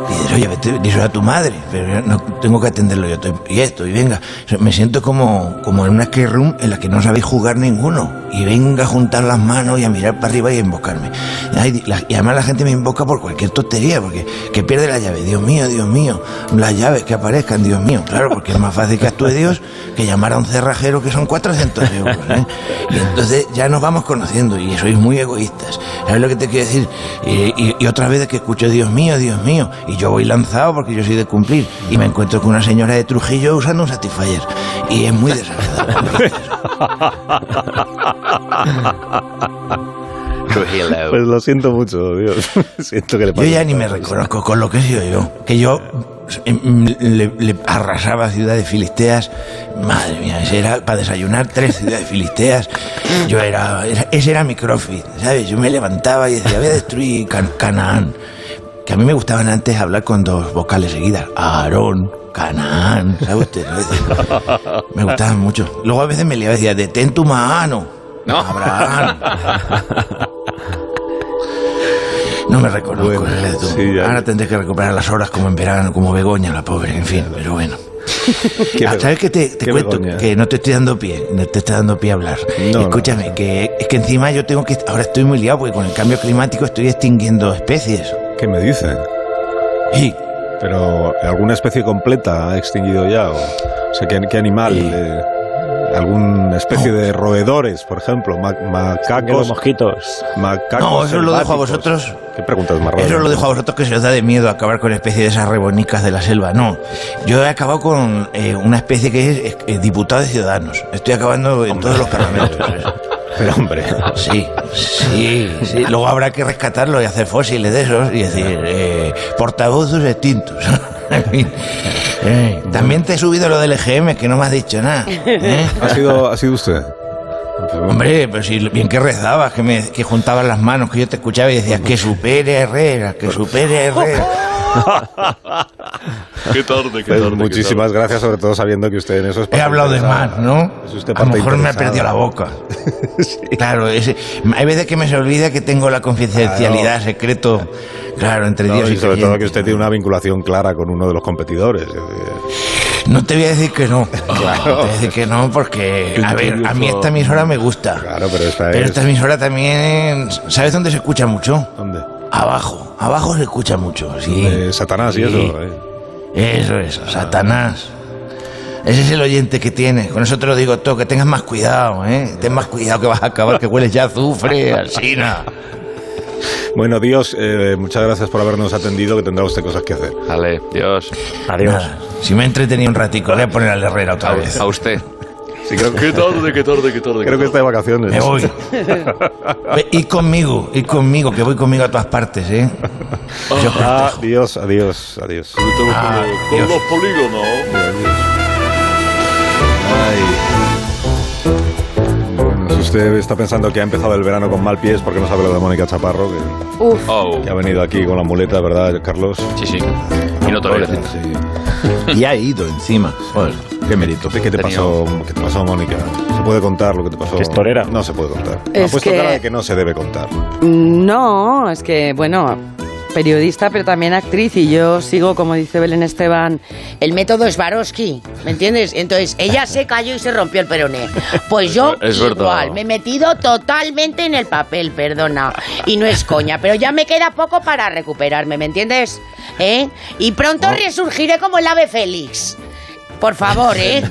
Speaker 4: Y dices, oye, vete, díselo a tu madre, pero yo no tengo que atenderlo yo. estoy- Y esto, y venga. O sea, Me siento como, como en una skate room en la que no sabéis jugar ninguno. Y venga a juntar las manos y a mirar para arriba y a invocarme. Ay, di- la- y además la gente me invoca por cualquier tontería, porque que pierde la llave. Dios mío, Dios mío. Las llaves que aparezcan, Dios mío. Claro, porque es más fácil que actúe Dios que llamar a un cerrajero que son 400 euros. ¿eh? Y entonces ya nos vamos conociendo y sois muy egoístas. ¿Sabes lo que te quiero decir? Y, y- y otras veces que escucho, Dios mío, Dios mío, y yo voy lanzado porque yo soy de cumplir y me encuentro con una señora de Trujillo usando un Satisfyer. Y es muy desagradable.
Speaker 1: Pues lo siento mucho, Dios. siento que le
Speaker 4: Yo
Speaker 1: pase
Speaker 4: ya ni
Speaker 1: esta
Speaker 4: me
Speaker 1: cosa.
Speaker 4: reconozco con lo que he sido yo. Que yo em, le, le arrasaba ciudades filisteas. Madre mía, ese era para desayunar tres ciudades filisteas. Yo era, era- ese era mi crossfit, ¿sabes? Yo me levantaba y decía, voy a destruir Can- Canaán. Que a mí me gustaban antes hablar con dos vocales seguidas. Aarón, Canaán, ¿sabe usted? A veces Me gustaban mucho. Luego a veces me liaba y decía, detén tu mano. No. Abraham. No me reconozco. ¿verdad, tú? Ahora tendré que recuperar las horas como en verano, como Begoña, la pobre, en fin, pero bueno.
Speaker 12: Qué
Speaker 4: Ah,
Speaker 12: Bego-
Speaker 4: ¿Sabes qué te, te
Speaker 12: qué
Speaker 4: cuento?
Speaker 12: Begoña.
Speaker 4: Que no te estoy dando pie, no te estoy dando pie a hablar.
Speaker 12: No, no,
Speaker 4: Escúchame, que es que encima yo tengo que. Ahora estoy muy liado porque con el cambio climático estoy extinguiendo especies.
Speaker 1: ¿Qué me dice?
Speaker 4: Sí.
Speaker 1: Pero alguna especie completa ha extinguido ya. O, o sea, ¿qué, qué animal? Eh, ¿Alguna especie de roedores, por ejemplo? Ma-
Speaker 6: Los
Speaker 1: macacos.
Speaker 6: mosquitos.
Speaker 1: Macacos.
Speaker 4: No, eso lo dejo a
Speaker 1: selváticos.
Speaker 4: vosotros.
Speaker 1: ¿Qué preguntas más raras?
Speaker 4: Eso lo dejo a vosotros que se os da de miedo acabar con especies de esas rebonicas de la selva. No, yo he acabado con eh, una especie que es, es- eh, diputado de Ciudadanos. Estoy acabando en todos los parlamentos.
Speaker 1: Pero hombre.
Speaker 4: Sí, sí, sí. Luego habrá que rescatarlo y hacer fósiles de esos y decir, eh, portavoces extintos. En fin. Eh, También te he subido lo del EGM, que no me has dicho nada. ¿eh?
Speaker 1: ¿Ha sido, ¿Ha sido usted?
Speaker 4: Hombre, pero si bien que rezabas, que, me, que juntabas las manos, que yo te escuchaba y decías que supere a Herrera, que supere a Herrera.
Speaker 1: Qué tarde, qué tarde. Muchísimas gracias, sobre todo sabiendo que usted en eso es
Speaker 4: He hablado de más, ¿no?
Speaker 1: Es usted
Speaker 4: a lo
Speaker 1: parte
Speaker 4: mejor me ha
Speaker 1: interesada.
Speaker 4: perdido la boca. Claro, ese- hay veces que me se olvida que tengo la confidencialidad,
Speaker 1: Claro.
Speaker 4: secreto, claro, entre
Speaker 1: No,
Speaker 4: Dios
Speaker 1: y
Speaker 4: y
Speaker 1: sobre todo que
Speaker 4: creyente.
Speaker 1: usted tiene una vinculación clara con uno de los competidores. Eh,
Speaker 4: No te voy a decir que no. No te voy a decir que no porque, a ver, a mí esta emisora me gusta.
Speaker 1: Claro, pero esta
Speaker 4: Pero
Speaker 1: es...
Speaker 4: esta emisora también, ¿sabes dónde se escucha mucho?
Speaker 1: ¿Dónde?
Speaker 4: Abajo, abajo se escucha mucho, sí.
Speaker 1: Eh, Satanás y eso, eh.
Speaker 4: Eso es, Satanás. Ese es el oyente que tienes. Con eso te lo digo todo, que tengas más cuidado, ¿eh? Ten más cuidado que vas a acabar, que hueles ya a azufre, alsina.
Speaker 1: Bueno, Dios, eh, muchas gracias por habernos atendido, que tendrá usted cosas que hacer.
Speaker 5: Vale, Dios.
Speaker 4: Nada, Si me he entretenido un ratico, le voy a poner al Herrera otra vez.
Speaker 5: A usted.
Speaker 1: Sí, creo
Speaker 5: Qué tarde, qué tarde, qué tarde.
Speaker 1: Creo que está de vacaciones.
Speaker 4: Me voy. Ve, Ir conmigo, ir conmigo, que voy conmigo a todas partes, ¿eh? Yo os protejo.
Speaker 1: Adiós, Ah, adiós, adiós.
Speaker 4: Ah,
Speaker 1: con
Speaker 4: Dios.
Speaker 1: los
Speaker 5: polígonos.
Speaker 1: Bueno, si usted está pensando que ha empezado el verano con mal pies, porque no sabe lo de Mónica Chaparro, que,
Speaker 9: Uf.
Speaker 1: que ha
Speaker 5: Oh.
Speaker 1: venido aquí con la muleta, ¿verdad, Carlos? Sí, sí.
Speaker 5: Y no todavía la cinta.
Speaker 1: Y ha ido encima. Joder, qué mérito. ¿Qué te pasó, qué te pasó Mónica? ¿Se puede contar lo que te pasó?
Speaker 6: Es torera.
Speaker 1: No se puede contar.
Speaker 9: Es
Speaker 1: ha puesto
Speaker 9: que-
Speaker 1: cara de que no se debe contar.
Speaker 9: No, es que, bueno, periodista, pero también actriz, y yo sigo, como dice Belén Esteban,
Speaker 16: El método es Swarovski, ¿me entiendes? Entonces, ella se cayó y se rompió el peroné. Pues yo
Speaker 5: Es verdad.
Speaker 16: igual, me he metido totalmente en el papel, perdona. Y no es coña, pero ya me queda poco para recuperarme, ¿me entiendes? ¿Eh? Y pronto resurgiré como el ave Félix. Por favor, ¿eh?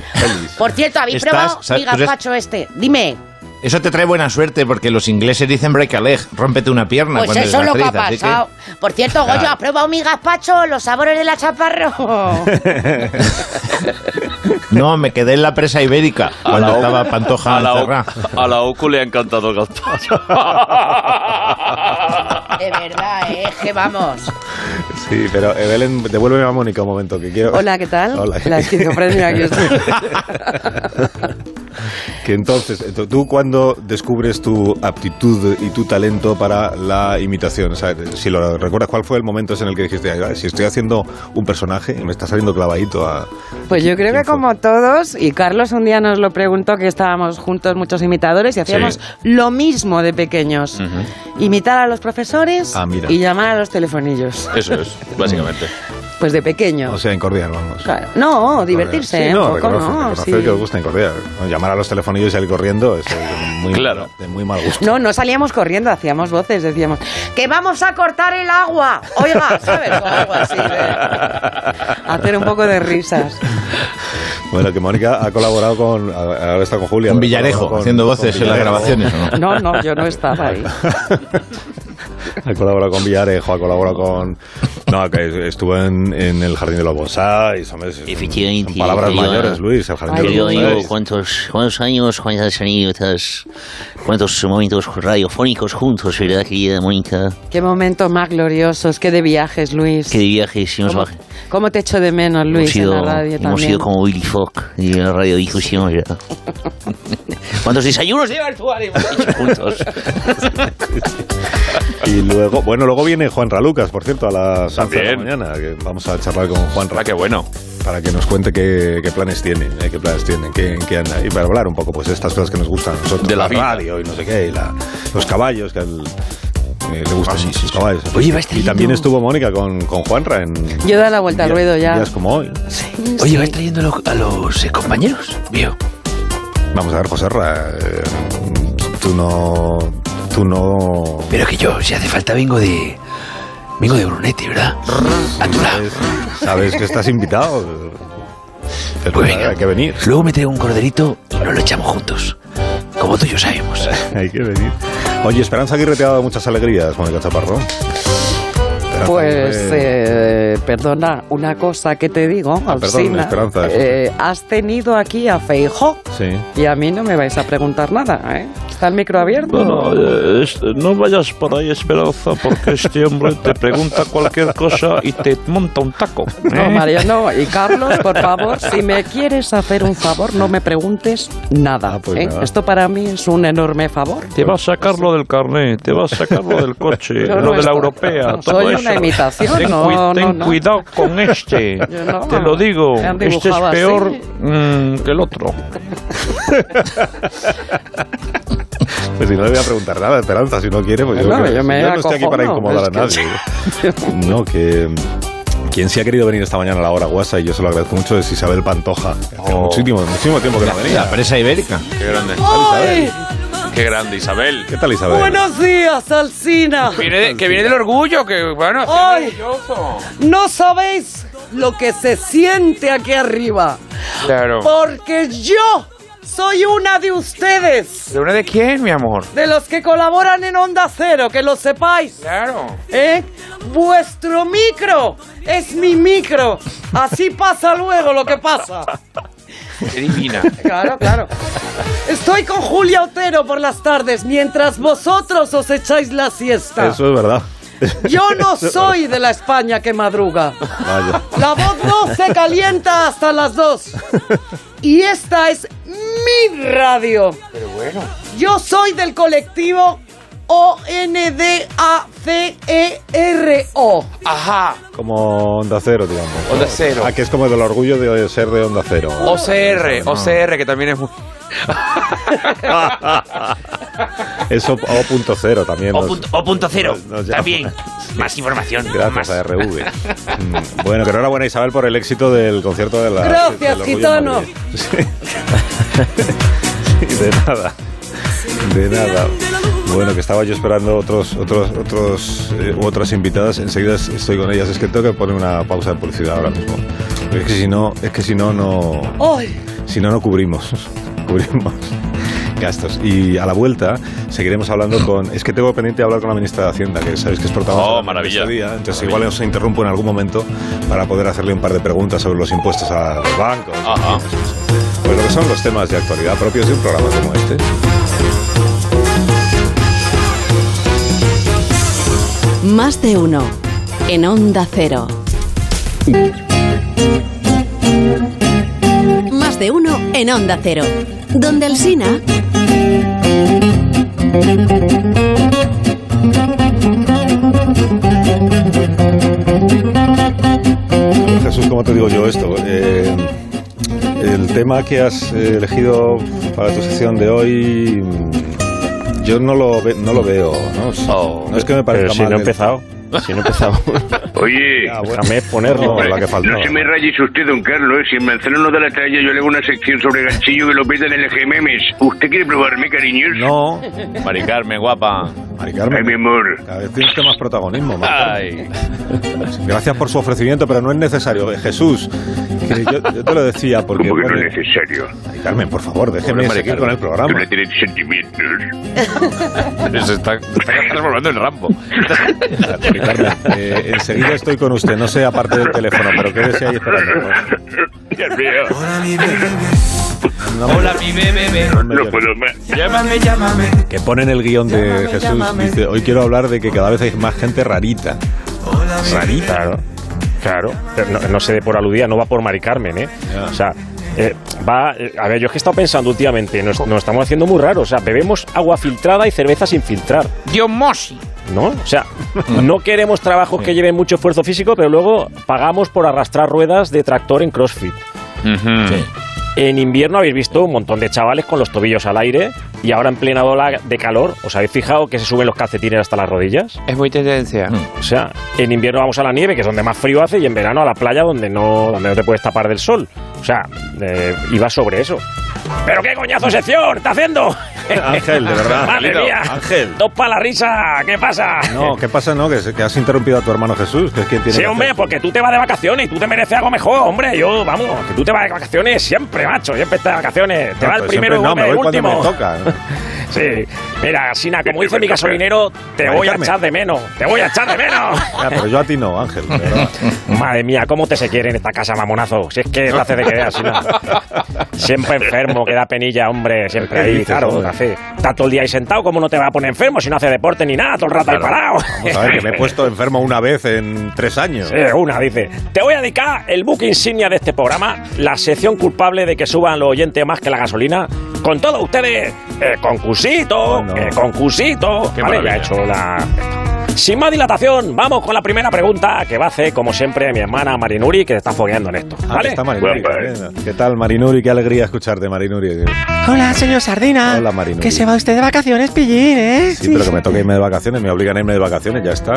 Speaker 16: Por cierto, ¿habéis
Speaker 13: Estás-
Speaker 16: probado
Speaker 13: sa-
Speaker 16: mi
Speaker 13: tú eres-
Speaker 16: gazpacho este? Dime.
Speaker 13: Eso te trae buena suerte porque los ingleses dicen break a leg, rómpete una pierna
Speaker 16: Pues
Speaker 13: cuando
Speaker 16: eso es
Speaker 13: eres
Speaker 16: lo que ha
Speaker 13: actriz, así
Speaker 16: pasado. Por cierto, Goyo,
Speaker 13: Claro.
Speaker 16: ¿has probado mi gazpacho? Los sabores de la chaparro.
Speaker 13: No, me quedé en la presa ibérica cuando
Speaker 5: la o-
Speaker 13: estaba Pantoja
Speaker 5: a la,
Speaker 13: encerrada.
Speaker 5: O- a la Ocu le ha encantado el gazpacho.
Speaker 16: De verdad, ¿eh? Es que vamos.
Speaker 1: Sí, pero eh, Belén, devuélveme a Mónica un momento, que quiero...
Speaker 9: Hola, ¿qué tal?
Speaker 1: Hola.
Speaker 9: La esquizofrenia que estoy.
Speaker 1: Que entonces, ento- ¿tú cuándo descubres tu aptitud y tu talento para la imitación? O sea, si lo recuerdas, ¿cuál fue el momento ese en el que dijiste, "Ah, si estoy haciendo un personaje y me está saliendo clavadito a...
Speaker 9: Pues yo creo que como todos, y Carlos un día nos lo preguntó, que estábamos juntos muchos imitadores y hacíamos
Speaker 1: Sí.
Speaker 9: lo mismo de pequeños. Imitar a los profesores
Speaker 1: Ah, mira.
Speaker 9: y llamar a los telefonillos.
Speaker 5: Eso es, básicamente.
Speaker 9: Pues de pequeño.
Speaker 1: O sea, incordiar, vamos.
Speaker 9: Claro. No, divertirse,
Speaker 1: Sí,
Speaker 9: ¿eh?
Speaker 1: no,
Speaker 9: un poco,
Speaker 1: reconoce-
Speaker 9: no,
Speaker 1: reconocer
Speaker 9: sí.
Speaker 1: que os gusta incordiar. Bueno, Llamar a los telefonillos y salir corriendo es eh, muy, de muy mal gusto.
Speaker 9: No, no salíamos corriendo, hacíamos voces, decíamos que vamos a cortar el agua. Oiga, ¿sabes? O algo así. Hacer un poco de risas.
Speaker 1: Bueno, que Mónica ha colaborado con. Ahora está con Julia.
Speaker 13: Con
Speaker 1: pero
Speaker 13: Villarejo,
Speaker 1: colaboró
Speaker 13: haciendo voces en las
Speaker 1: Villarejo.
Speaker 13: grabaciones,
Speaker 9: No, no, yo no estaba ahí.
Speaker 1: Ha colaborado con Villarejo, ha colaborado con, No, que estuvo en, en el Jardín de los Bonsáis. hombre, es-
Speaker 10: Efectivamente.
Speaker 1: son palabras
Speaker 10: querido-
Speaker 1: mayores, Luis, el Jardín de
Speaker 10: Querido
Speaker 1: los
Speaker 10: amigo,
Speaker 1: Bonsáis.
Speaker 10: ¿cuántos, cuántos años, cuántas anécdotas, cuántos momentos radiofónicos juntos, ¿verdad, querida Mónica?
Speaker 5: Qué momentos más gloriosos, qué de viajes, Luis.
Speaker 10: Que de viajes y Eh, nos
Speaker 5: ¿Cómo,
Speaker 10: baj-
Speaker 5: cómo te echo de menos,
Speaker 10: hemos
Speaker 5: Luis,
Speaker 10: sido,
Speaker 5: en la radio
Speaker 10: hemos sido
Speaker 5: también?
Speaker 10: como Billy Fogg y la radiodifusión, ¿verdad? ¿Cuántos desayunos lleva el Suárez? Hemos hecho juntos.
Speaker 1: Y luego, bueno, luego viene Juan Ralucas, por cierto, a las 11 de la
Speaker 18: También.
Speaker 1: mañana. que vamos a charlar con Juan
Speaker 12: Ah,
Speaker 1: Ralucas.
Speaker 18: qué bueno.
Speaker 1: Para que nos cuente qué, qué planes tiene, eh, qué planes tiene, qué, en qué anda. Y para hablar un poco, pues, de estas cosas que nos gustan a nosotros.
Speaker 18: De la vida.
Speaker 1: radio y no sé qué, y la- los caballos, que al- eh, le
Speaker 18: Ah,
Speaker 1: gustan los caballos.
Speaker 5: Oye, va
Speaker 1: y
Speaker 5: Estrellito.
Speaker 1: también estuvo Mónica con, con Juanra en
Speaker 5: Yo da la vuelta al ruedo ya.
Speaker 1: días como hoy.
Speaker 9: Oye, ¿vas trayendo a los, a los, eh, compañeros? Mío.
Speaker 1: Vamos a ver, José eh, tú no... Tú no...
Speaker 9: Pero que yo, si hace falta, vengo de. Vengo de Brunetti, ¿verdad? A tu lado.
Speaker 1: Sabes que estás invitado. Pero
Speaker 19: Pues
Speaker 9: Pues venga.
Speaker 1: hay que venir.
Speaker 9: Luego me traigo un corderito y nos lo echamos juntos. Como tú y yo sabemos.
Speaker 1: Hay que venir. Oye, Esperanza Aguirre te ha dado muchas alegrías, Mónica Chaparro. Esperanza
Speaker 5: Pues,
Speaker 1: Aguirre-
Speaker 5: eh, perdona, una cosa que te digo,
Speaker 1: Ah, perdón,
Speaker 5: Alsina.
Speaker 1: Esperanza, eso
Speaker 5: Eh, has tenido aquí a Feijó
Speaker 1: Sí.
Speaker 5: y a mí no me vais a preguntar nada, ¿eh? Está el micro abierto.
Speaker 2: Bueno, eh, es- no vayas por ahí, Esperanza, porque este hombre te pregunta cualquier cosa y te monta un taco. ¿eh?
Speaker 5: No, Mariano y Carlos, por favor, si me quieres hacer un favor, no me preguntes
Speaker 1: Ah,
Speaker 5: nada.
Speaker 1: pues
Speaker 5: ¿eh?
Speaker 2: nada.
Speaker 5: Esto para mí es un enorme favor.
Speaker 2: Te va a sacarlo del carnet, te va a sacarlo del coche,
Speaker 5: Yo
Speaker 2: lo
Speaker 5: no
Speaker 2: de la
Speaker 5: estoy-
Speaker 2: europea.
Speaker 5: no,
Speaker 2: todo
Speaker 5: soy
Speaker 2: eso.
Speaker 5: una imitación,
Speaker 2: Ten,
Speaker 5: no, no,
Speaker 2: ten
Speaker 5: no.
Speaker 2: cuidado con este.
Speaker 5: Yo no,
Speaker 2: te lo digo,
Speaker 5: me han
Speaker 2: este es
Speaker 5: dibujado así.
Speaker 2: peor mm, que el otro.
Speaker 1: Pues si no le voy a preguntar nada, Esperanza, si no quiere, pues yo,
Speaker 5: No,
Speaker 1: creo que-
Speaker 5: yo me
Speaker 1: yo no estoy aquí para
Speaker 5: acojono,
Speaker 1: incomodar a
Speaker 5: es
Speaker 1: nadie. No, que mm, quien sí ha querido venir esta mañana a la hora guasa, y yo se lo agradezco mucho, es Isabel Pantoja. Hace muchísimo, muchísimo tiempo que no
Speaker 19: Oh. La-
Speaker 1: venía.
Speaker 19: la presa
Speaker 1: ibérica.
Speaker 18: Qué
Speaker 1: ¿eh?
Speaker 18: grande. Qué grande, Isabel.
Speaker 1: ¿Qué tal, Isabel?
Speaker 5: Buenos días, Alcina.
Speaker 8: que viene del orgullo, que bueno.
Speaker 5: Ay, no sabéis lo que se siente aquí arriba.
Speaker 8: Claro.
Speaker 5: Porque yo soy una de ustedes.
Speaker 8: ¿De una de quién, mi amor?
Speaker 5: De los que colaboran en Onda Cero, que lo sepáis.
Speaker 8: Claro.
Speaker 5: ¿Eh? Vuestro micro es mi micro. Así pasa luego lo que pasa.
Speaker 8: Qué divina.
Speaker 5: Claro, claro. Estoy con Julia Otero por las tardes, mientras vosotros os echáis la siesta.
Speaker 1: Eso es verdad.
Speaker 5: Yo no
Speaker 1: Eso es
Speaker 5: soy de la España que madruga.
Speaker 1: Vaya.
Speaker 5: La voz no se calienta hasta las dos. Y esta es mi radio.
Speaker 8: Pero bueno.
Speaker 5: Yo soy del colectivo E O-N-D-A-C-E-R-O.
Speaker 8: Ajá.
Speaker 1: Como Onda Cero, digamos.
Speaker 8: Onda Cero.
Speaker 1: Ah, que es como del orgullo de ser de Onda Cero. ¿eh?
Speaker 8: OCR, OCR, que también es muy.
Speaker 1: Eso O.0 cero también.
Speaker 8: O
Speaker 1: nos-
Speaker 8: punto, o punto cero.
Speaker 1: nos- nos llama.
Speaker 8: también. Más información.
Speaker 1: Gracias
Speaker 8: más.
Speaker 1: a RV. Mm, bueno, que enhorabuena Isabel por el éxito del concierto de la...
Speaker 5: Gracias,
Speaker 1: del Orgullo en
Speaker 5: gitano.
Speaker 1: Madrid. Sí, de nada. De nada. Bueno, que estaba yo esperando otros, otros, otros, eh, otras invitadas. Enseguida es- estoy con ellas. Es que tengo que poner una pausa de publicidad ahora mismo. Porque Es que si no, es que si no, no,
Speaker 5: Ay.
Speaker 1: si no, no cubrimos. cubrimos gastos. Y a la vuelta seguiremos hablando con... Es que tengo pendiente de hablar con la ministra de Hacienda, que sabéis que es protagonista
Speaker 18: Oh,
Speaker 1: de
Speaker 18: maravilla.
Speaker 1: este día. Entonces igual os interrumpo en algún momento para poder hacerle un par de preguntas sobre los impuestos a los bancos. Pues lo que son los temas de actualidad propios de un programa como este.
Speaker 15: Más de uno. En Onda Cero. Más de uno en Onda Cero. Donde el Sina.
Speaker 1: Jesús, ¿cómo te digo yo esto? Eh, el tema que has eh, elegido para tu sección de hoy, mm, yo no lo, ve- no lo veo. No,
Speaker 18: Oh.
Speaker 1: No es que me parezca
Speaker 6: Pero si
Speaker 1: mal
Speaker 6: no he
Speaker 1: el- Ah,
Speaker 6: empezado. Si no he empezado.
Speaker 4: Oye,
Speaker 6: Déjame ponerlo.
Speaker 4: hombre,
Speaker 6: la que faltaba.
Speaker 4: no se me rayes usted, don Carlos. Si en Manzano no da la talla, yo le hago una sección sobre ganchillo que lo peta en el GMMs. ¿Usted quiere probarme, cariños?
Speaker 18: No. Mari Carmen, guapa.
Speaker 1: Mari Carmen.
Speaker 20: Ay, mi amor.
Speaker 1: Cada vez tienes que más protagonismo, Mari Carmen. Gracias por su ofrecimiento, pero no es necesario. Eh, Jesús, que yo, yo te lo decía porque...
Speaker 20: Como que no
Speaker 1: bueno,
Speaker 20: es necesario.
Speaker 1: Mari Carmen, por favor, déjeme
Speaker 20: Hombre, Mari
Speaker 1: seguir
Speaker 20: Carmen,
Speaker 1: con el programa.
Speaker 20: Tú no tienes sentimientos.
Speaker 5: Se está, está transformando en Rambo.
Speaker 1: Mari Carmen, eh, enseguida estoy con usted. No sé aparte del teléfono, pero quédese ahí esperando.
Speaker 20: Dios mío.
Speaker 1: No me-
Speaker 2: Hola, mi bebé.
Speaker 20: No puedo más.
Speaker 2: Llámame, llámame.
Speaker 1: Que ponen el guión de
Speaker 2: Llámame,
Speaker 1: Jesús.
Speaker 2: llámame.
Speaker 1: Dice, hoy quiero hablar de que cada vez hay más gente rarita.
Speaker 6: Rarita. Claro, claro. Pero No, no se dé por aludida, no va por Mari Carmen, ¿eh? O sea, eh, va. eh, a ver, yo es que he estado pensando últimamente, nos, nos estamos haciendo muy raros. O sea, bebemos agua filtrada y cerveza sin filtrar,
Speaker 8: Dios Mosi.
Speaker 6: ¿no? O sea, no queremos trabajos que lleven mucho esfuerzo físico, pero luego pagamos por arrastrar ruedas de tractor en CrossFit. En invierno habéis visto un montón de chavales con los tobillos al aire y ahora en plena ola de calor, ¿os habéis fijado que se suben los calcetines hasta las rodillas?
Speaker 2: Es muy tendencia.
Speaker 1: Mm.
Speaker 6: O sea, en invierno vamos a la nieve, que es donde más frío hace, y en verano a la playa donde no, donde no te puedes tapar del sol. O sea, eh, iba sobre eso. ¡Pero qué coñazo sección está haciendo!
Speaker 1: Ángel, de verdad.
Speaker 6: ¡Madre mía!
Speaker 1: Ángel.
Speaker 6: ¡Dos para la risa! ¿Qué pasa? Eh,
Speaker 1: No, ¿qué pasa, no? Que, se- que has interrumpido a tu hermano Jesús. Que es quien tiene
Speaker 6: Sí,
Speaker 1: que
Speaker 6: hombre,
Speaker 1: hacer.
Speaker 6: porque tú te vas de vacaciones y tú te mereces algo mejor, hombre. Yo, vamos, que tú te vas de vacaciones siempre, macho. Siempre estás de vacaciones. Te
Speaker 1: No,
Speaker 6: vas el
Speaker 1: pero
Speaker 6: primero y
Speaker 1: Ah, pues siempre no, me
Speaker 6: vuelves el
Speaker 1: voy cuando
Speaker 6: último.
Speaker 1: me toca. ¿no?
Speaker 6: Sí, mira, Sina, como dice
Speaker 1: me
Speaker 6: mi
Speaker 1: toca.
Speaker 6: gasolinero, te
Speaker 1: Mari
Speaker 6: voy a
Speaker 1: Carmen.
Speaker 6: echar de menos, te voy a echar de menos.
Speaker 1: Ya, Ah, pero yo a ti no, Ángel. de verdad.
Speaker 6: Madre mía, ¿cómo te se quiere en esta casa, mamonazo? Si es que te hace de que veas, Sina. Siempre enfermo, que da penilla, hombre, siempre
Speaker 1: ¿Qué
Speaker 6: ahí,
Speaker 1: dices,
Speaker 6: claro,
Speaker 1: hombre?
Speaker 6: café. Está todo el día ahí sentado, ¿cómo no te va a poner enfermo si no hace deporte ni nada, todo el rato ahí
Speaker 1: Claro.
Speaker 6: parado?
Speaker 1: Vamos a ver, que me he puesto enfermo una vez en tres años.
Speaker 6: Sí, Eh, una, dice. Te voy a dedicar el book insignia de este programa, la sección culpable de que suban los oyentes más que la gasolina. Con todos ustedes, eh, concusito,
Speaker 1: Oh,
Speaker 6: eh, concusito. Vale, ya he hecho la... Sin más dilatación, vamos con la primera pregunta que va a hacer, como siempre, mi hermana Marinuri, que está fogueando en esto.
Speaker 1: Ah, que
Speaker 6: ¿Vale? pues,
Speaker 1: está Marinuri también. ¿Qué tal, Marinuri? Qué alegría escucharte, Marinuri.
Speaker 21: Hola, señor Sardina.
Speaker 1: Hola, Marinuri.
Speaker 21: Que se va usted de vacaciones, pillín, ¿eh?
Speaker 1: Sí, pero que me toca irme de vacaciones, me obligan a irme de vacaciones, ya está.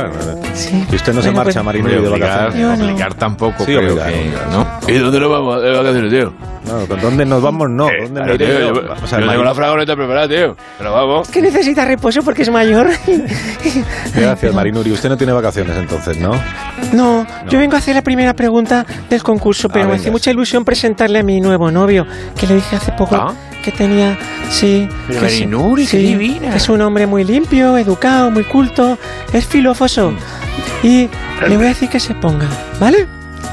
Speaker 1: Y usted no se
Speaker 21: Bueno,
Speaker 1: marcha,
Speaker 21: pues-
Speaker 1: Marino,
Speaker 21: Hombre,
Speaker 1: de
Speaker 21: obligar-
Speaker 1: vacaciones.
Speaker 21: Yo no.
Speaker 1: obligar tampoco,
Speaker 21: creo
Speaker 1: que, ¿no? ¿Y dónde nos vamos de vacaciones, tío? No, ¿con ¿dónde nos vamos? No, ¿dónde
Speaker 22: Claro,
Speaker 1: nos
Speaker 22: tío, yo,
Speaker 1: vamos? O
Speaker 22: yo
Speaker 1: sea,
Speaker 22: tengo
Speaker 1: Marino-
Speaker 22: la fragoneta preparada, tío. Pero vamos.
Speaker 21: Es que necesita reposo porque es mayor.
Speaker 1: Gracias, Marinuri. Usted no tiene vacaciones entonces, ¿no?
Speaker 21: No, yo vengo a hacer la primera pregunta del concurso,
Speaker 6: Ah,
Speaker 21: pero me
Speaker 1: Ah, venga,
Speaker 21: hace mucha ilusión presentarle a mi nuevo novio, que le dije hace poco
Speaker 8: Ah.
Speaker 21: que tenía, sí,
Speaker 2: Pero
Speaker 21: que es-
Speaker 2: Marinuri, qué divina.
Speaker 21: que es un hombre muy limpio, educado, muy culto, es filófoso. Y le voy a decir que se ponga, ¿vale?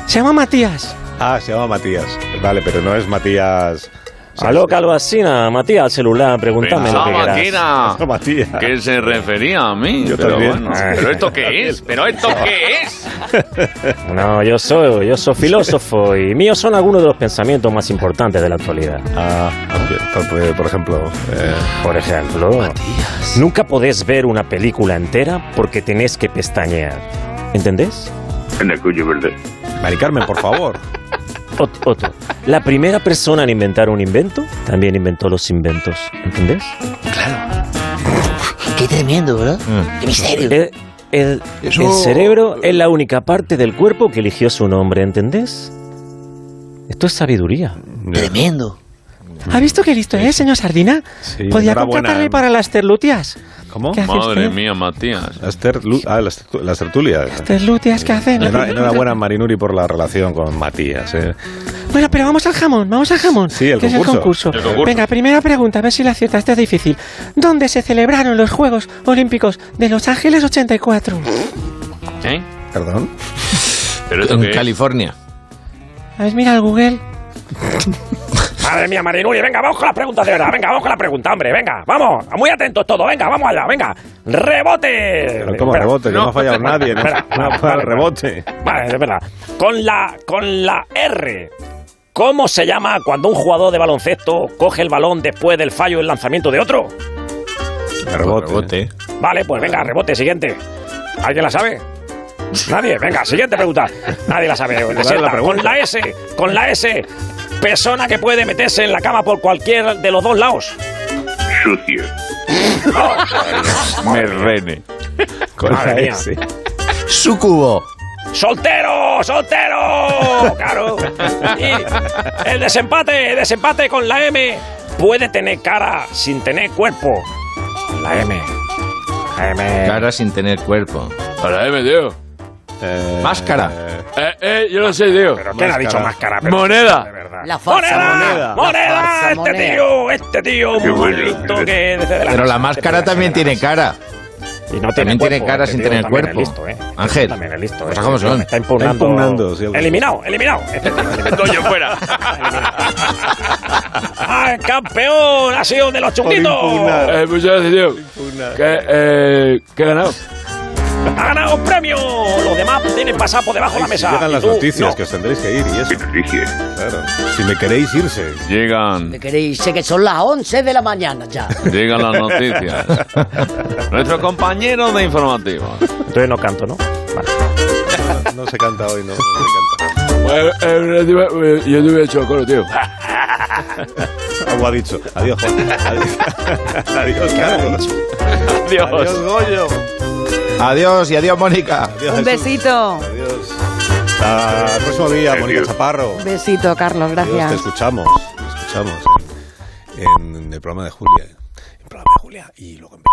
Speaker 21: Se llama Matías.
Speaker 1: Ah, se llama Matías. Vale, pero no es Matías.
Speaker 6: Aló, Calvasina, Matías, al celular, pregúntame lo que
Speaker 5: Pensaba
Speaker 6: quieras.
Speaker 5: que era-
Speaker 1: Matías.
Speaker 5: Que se refería a mí.
Speaker 6: Yo
Speaker 5: pero
Speaker 6: también.
Speaker 5: bueno. ¿Pero esto qué es? ¿Pero esto qué es?
Speaker 6: No, yo soy, yo soy filósofo y míos son algunos de los pensamientos más importantes de la actualidad.
Speaker 1: Ah, por ejemplo. eh,
Speaker 6: por ejemplo. Nunca podés ver una película entera porque tenés que pestañear. ¿Entendés?
Speaker 20: En el cuyo verde.
Speaker 1: Mari Carmen, por favor.
Speaker 6: Ot- otro. La primera persona en inventar un invento también inventó los inventos. ¿Entendés?
Speaker 10: Qué tremendo, ¿verdad? Qué misterio.
Speaker 6: El, Mm. Eh, el-
Speaker 10: Eso-
Speaker 6: el cerebro es la única parte del cuerpo que eligió su nombre, ¿entendés? Esto es sabiduría.
Speaker 10: Tremendo.
Speaker 21: ¿Ha visto qué listo es, señor Sardina?
Speaker 6: Sí,
Speaker 21: Podía
Speaker 6: enhorabuena.
Speaker 21: contratarle para las terlutias.
Speaker 1: ¿Cómo?
Speaker 21: ¿Qué eh? hace
Speaker 5: Madre
Speaker 21: usted?
Speaker 5: mía, Matías.
Speaker 1: Las, terlu- ah, las, tertu- las tertulias.
Speaker 21: Terlutias que hacen.
Speaker 1: Enhora- Enhorabuena, Marinuri, por la relación con Matías. ¿eh?
Speaker 21: Bueno, pero vamos al jamón, vamos al jamón.
Speaker 1: Sí, el
Speaker 21: que es el
Speaker 1: concurso.
Speaker 21: concurso.
Speaker 1: El concurso.
Speaker 21: Venga, primera pregunta, a ver si la aciertas, esta es difícil. ¿Dónde se celebraron los Juegos Olímpicos de Los Ángeles 84?
Speaker 5: ¿Eh?
Speaker 1: ¿Perdón?
Speaker 5: ¿Pero esto
Speaker 13: en
Speaker 5: qué es?
Speaker 13: California.
Speaker 21: A ver, mira al Google.
Speaker 6: Madre mía, Marinuri, venga, vamos con la pregunta de verdad. Venga, vamos con la pregunta, hombre, venga, vamos. Muy atentos todos, venga, vamos allá, venga. ¡Rebote!
Speaker 1: Pero como
Speaker 6: Espera.
Speaker 1: rebote, que no, ha fallado nadie. No,
Speaker 6: Espera,
Speaker 1: no ha fallado el rebote.
Speaker 6: Vale, es verdad. Con la, con la R. ¿Cómo se llama cuando un jugador de baloncesto coge el balón después del fallo del lanzamiento de otro?
Speaker 1: Rebote.
Speaker 6: Vale, pues venga, rebote, siguiente. ¿Alguien la sabe? Nadie, venga, siguiente pregunta. Nadie la sabe.
Speaker 1: Vale, la
Speaker 6: Senta,
Speaker 1: pregunta.
Speaker 6: con la S, con la S. Persona que puede meterse en la cama por cualquier de los dos lados.
Speaker 20: Sucio.
Speaker 5: Me rene.
Speaker 1: Con
Speaker 6: Madre
Speaker 1: la
Speaker 6: mía.
Speaker 1: S.
Speaker 13: Sucubo.
Speaker 6: ¡Soltero! ¡Soltero! ¡Claro! Y el desempate, el desempate con la M. Puede tener cara sin tener cuerpo. La M.
Speaker 4: Cara sin tener cuerpo.
Speaker 2: Para M, tío.
Speaker 4: Máscara.
Speaker 2: Eh, eh, yo no sé, tío. ¿Pero
Speaker 6: quién ha dicho máscara? Pero-
Speaker 2: Moneda.
Speaker 16: La
Speaker 6: ¡Moneda!
Speaker 16: falsa moneda.
Speaker 6: ¡Moneda!
Speaker 16: La falsa
Speaker 6: este
Speaker 16: moneda.
Speaker 6: tío, este tío,
Speaker 4: Qué
Speaker 6: muy
Speaker 4: bueno.
Speaker 6: listo que desde la
Speaker 4: Pero la
Speaker 6: casa
Speaker 4: máscara también tiene cara. también
Speaker 6: cuerpo,
Speaker 4: tiene cara
Speaker 6: este
Speaker 4: sin
Speaker 6: tío
Speaker 4: tener
Speaker 6: también
Speaker 4: cuerpo.
Speaker 6: es listo, ¿eh?
Speaker 4: Ángel.
Speaker 6: También es listo,
Speaker 4: cosas
Speaker 6: ¿eh?
Speaker 4: como son.
Speaker 6: Me está impugnando.
Speaker 1: impugnando, sí, algo.
Speaker 6: eliminado, eliminado.
Speaker 2: Coño, fuera.
Speaker 6: ¡Ah, el campeón! ¡Ha sido de los chunguitos!
Speaker 2: Eh, muchas gracias, tío. Que, eh, que he ganado.
Speaker 6: ¡Ha ganado un premio! Los demás tienen pasar por debajo de la mesa.
Speaker 1: Llegan
Speaker 6: Y
Speaker 1: las
Speaker 6: tú,
Speaker 1: noticias,
Speaker 6: no.
Speaker 1: que os tendréis que ir y eso. Claro. Si me queréis irse.
Speaker 2: Llegan,
Speaker 16: Me queréis, sé que son las 11 de la mañana ya.
Speaker 2: llegan las noticias. Nuestro compañero de informativo.
Speaker 6: Entonces no canto, ¿no?
Speaker 1: No, no se canta hoy, no.
Speaker 2: Eh, eh, eh, yo te hubiera hecho el coro, tío.
Speaker 1: Algo ha dicho. Adiós, Juan. Adiós, Adiós, Carlos.
Speaker 2: Dios.
Speaker 1: Adiós, Goyo.
Speaker 4: Adiós y adiós, Mónica.
Speaker 1: Adiós,
Speaker 9: Un
Speaker 1: Jesús.
Speaker 9: besito.
Speaker 1: Adiós. Hasta el próximo día, Mónica Chaparro.
Speaker 9: Un besito, Carlos,
Speaker 1: Adiós, te
Speaker 9: gracias.
Speaker 1: escuchamos. Te escuchamos en, en el programa de Julia. En el programa de Julia y luego en verano.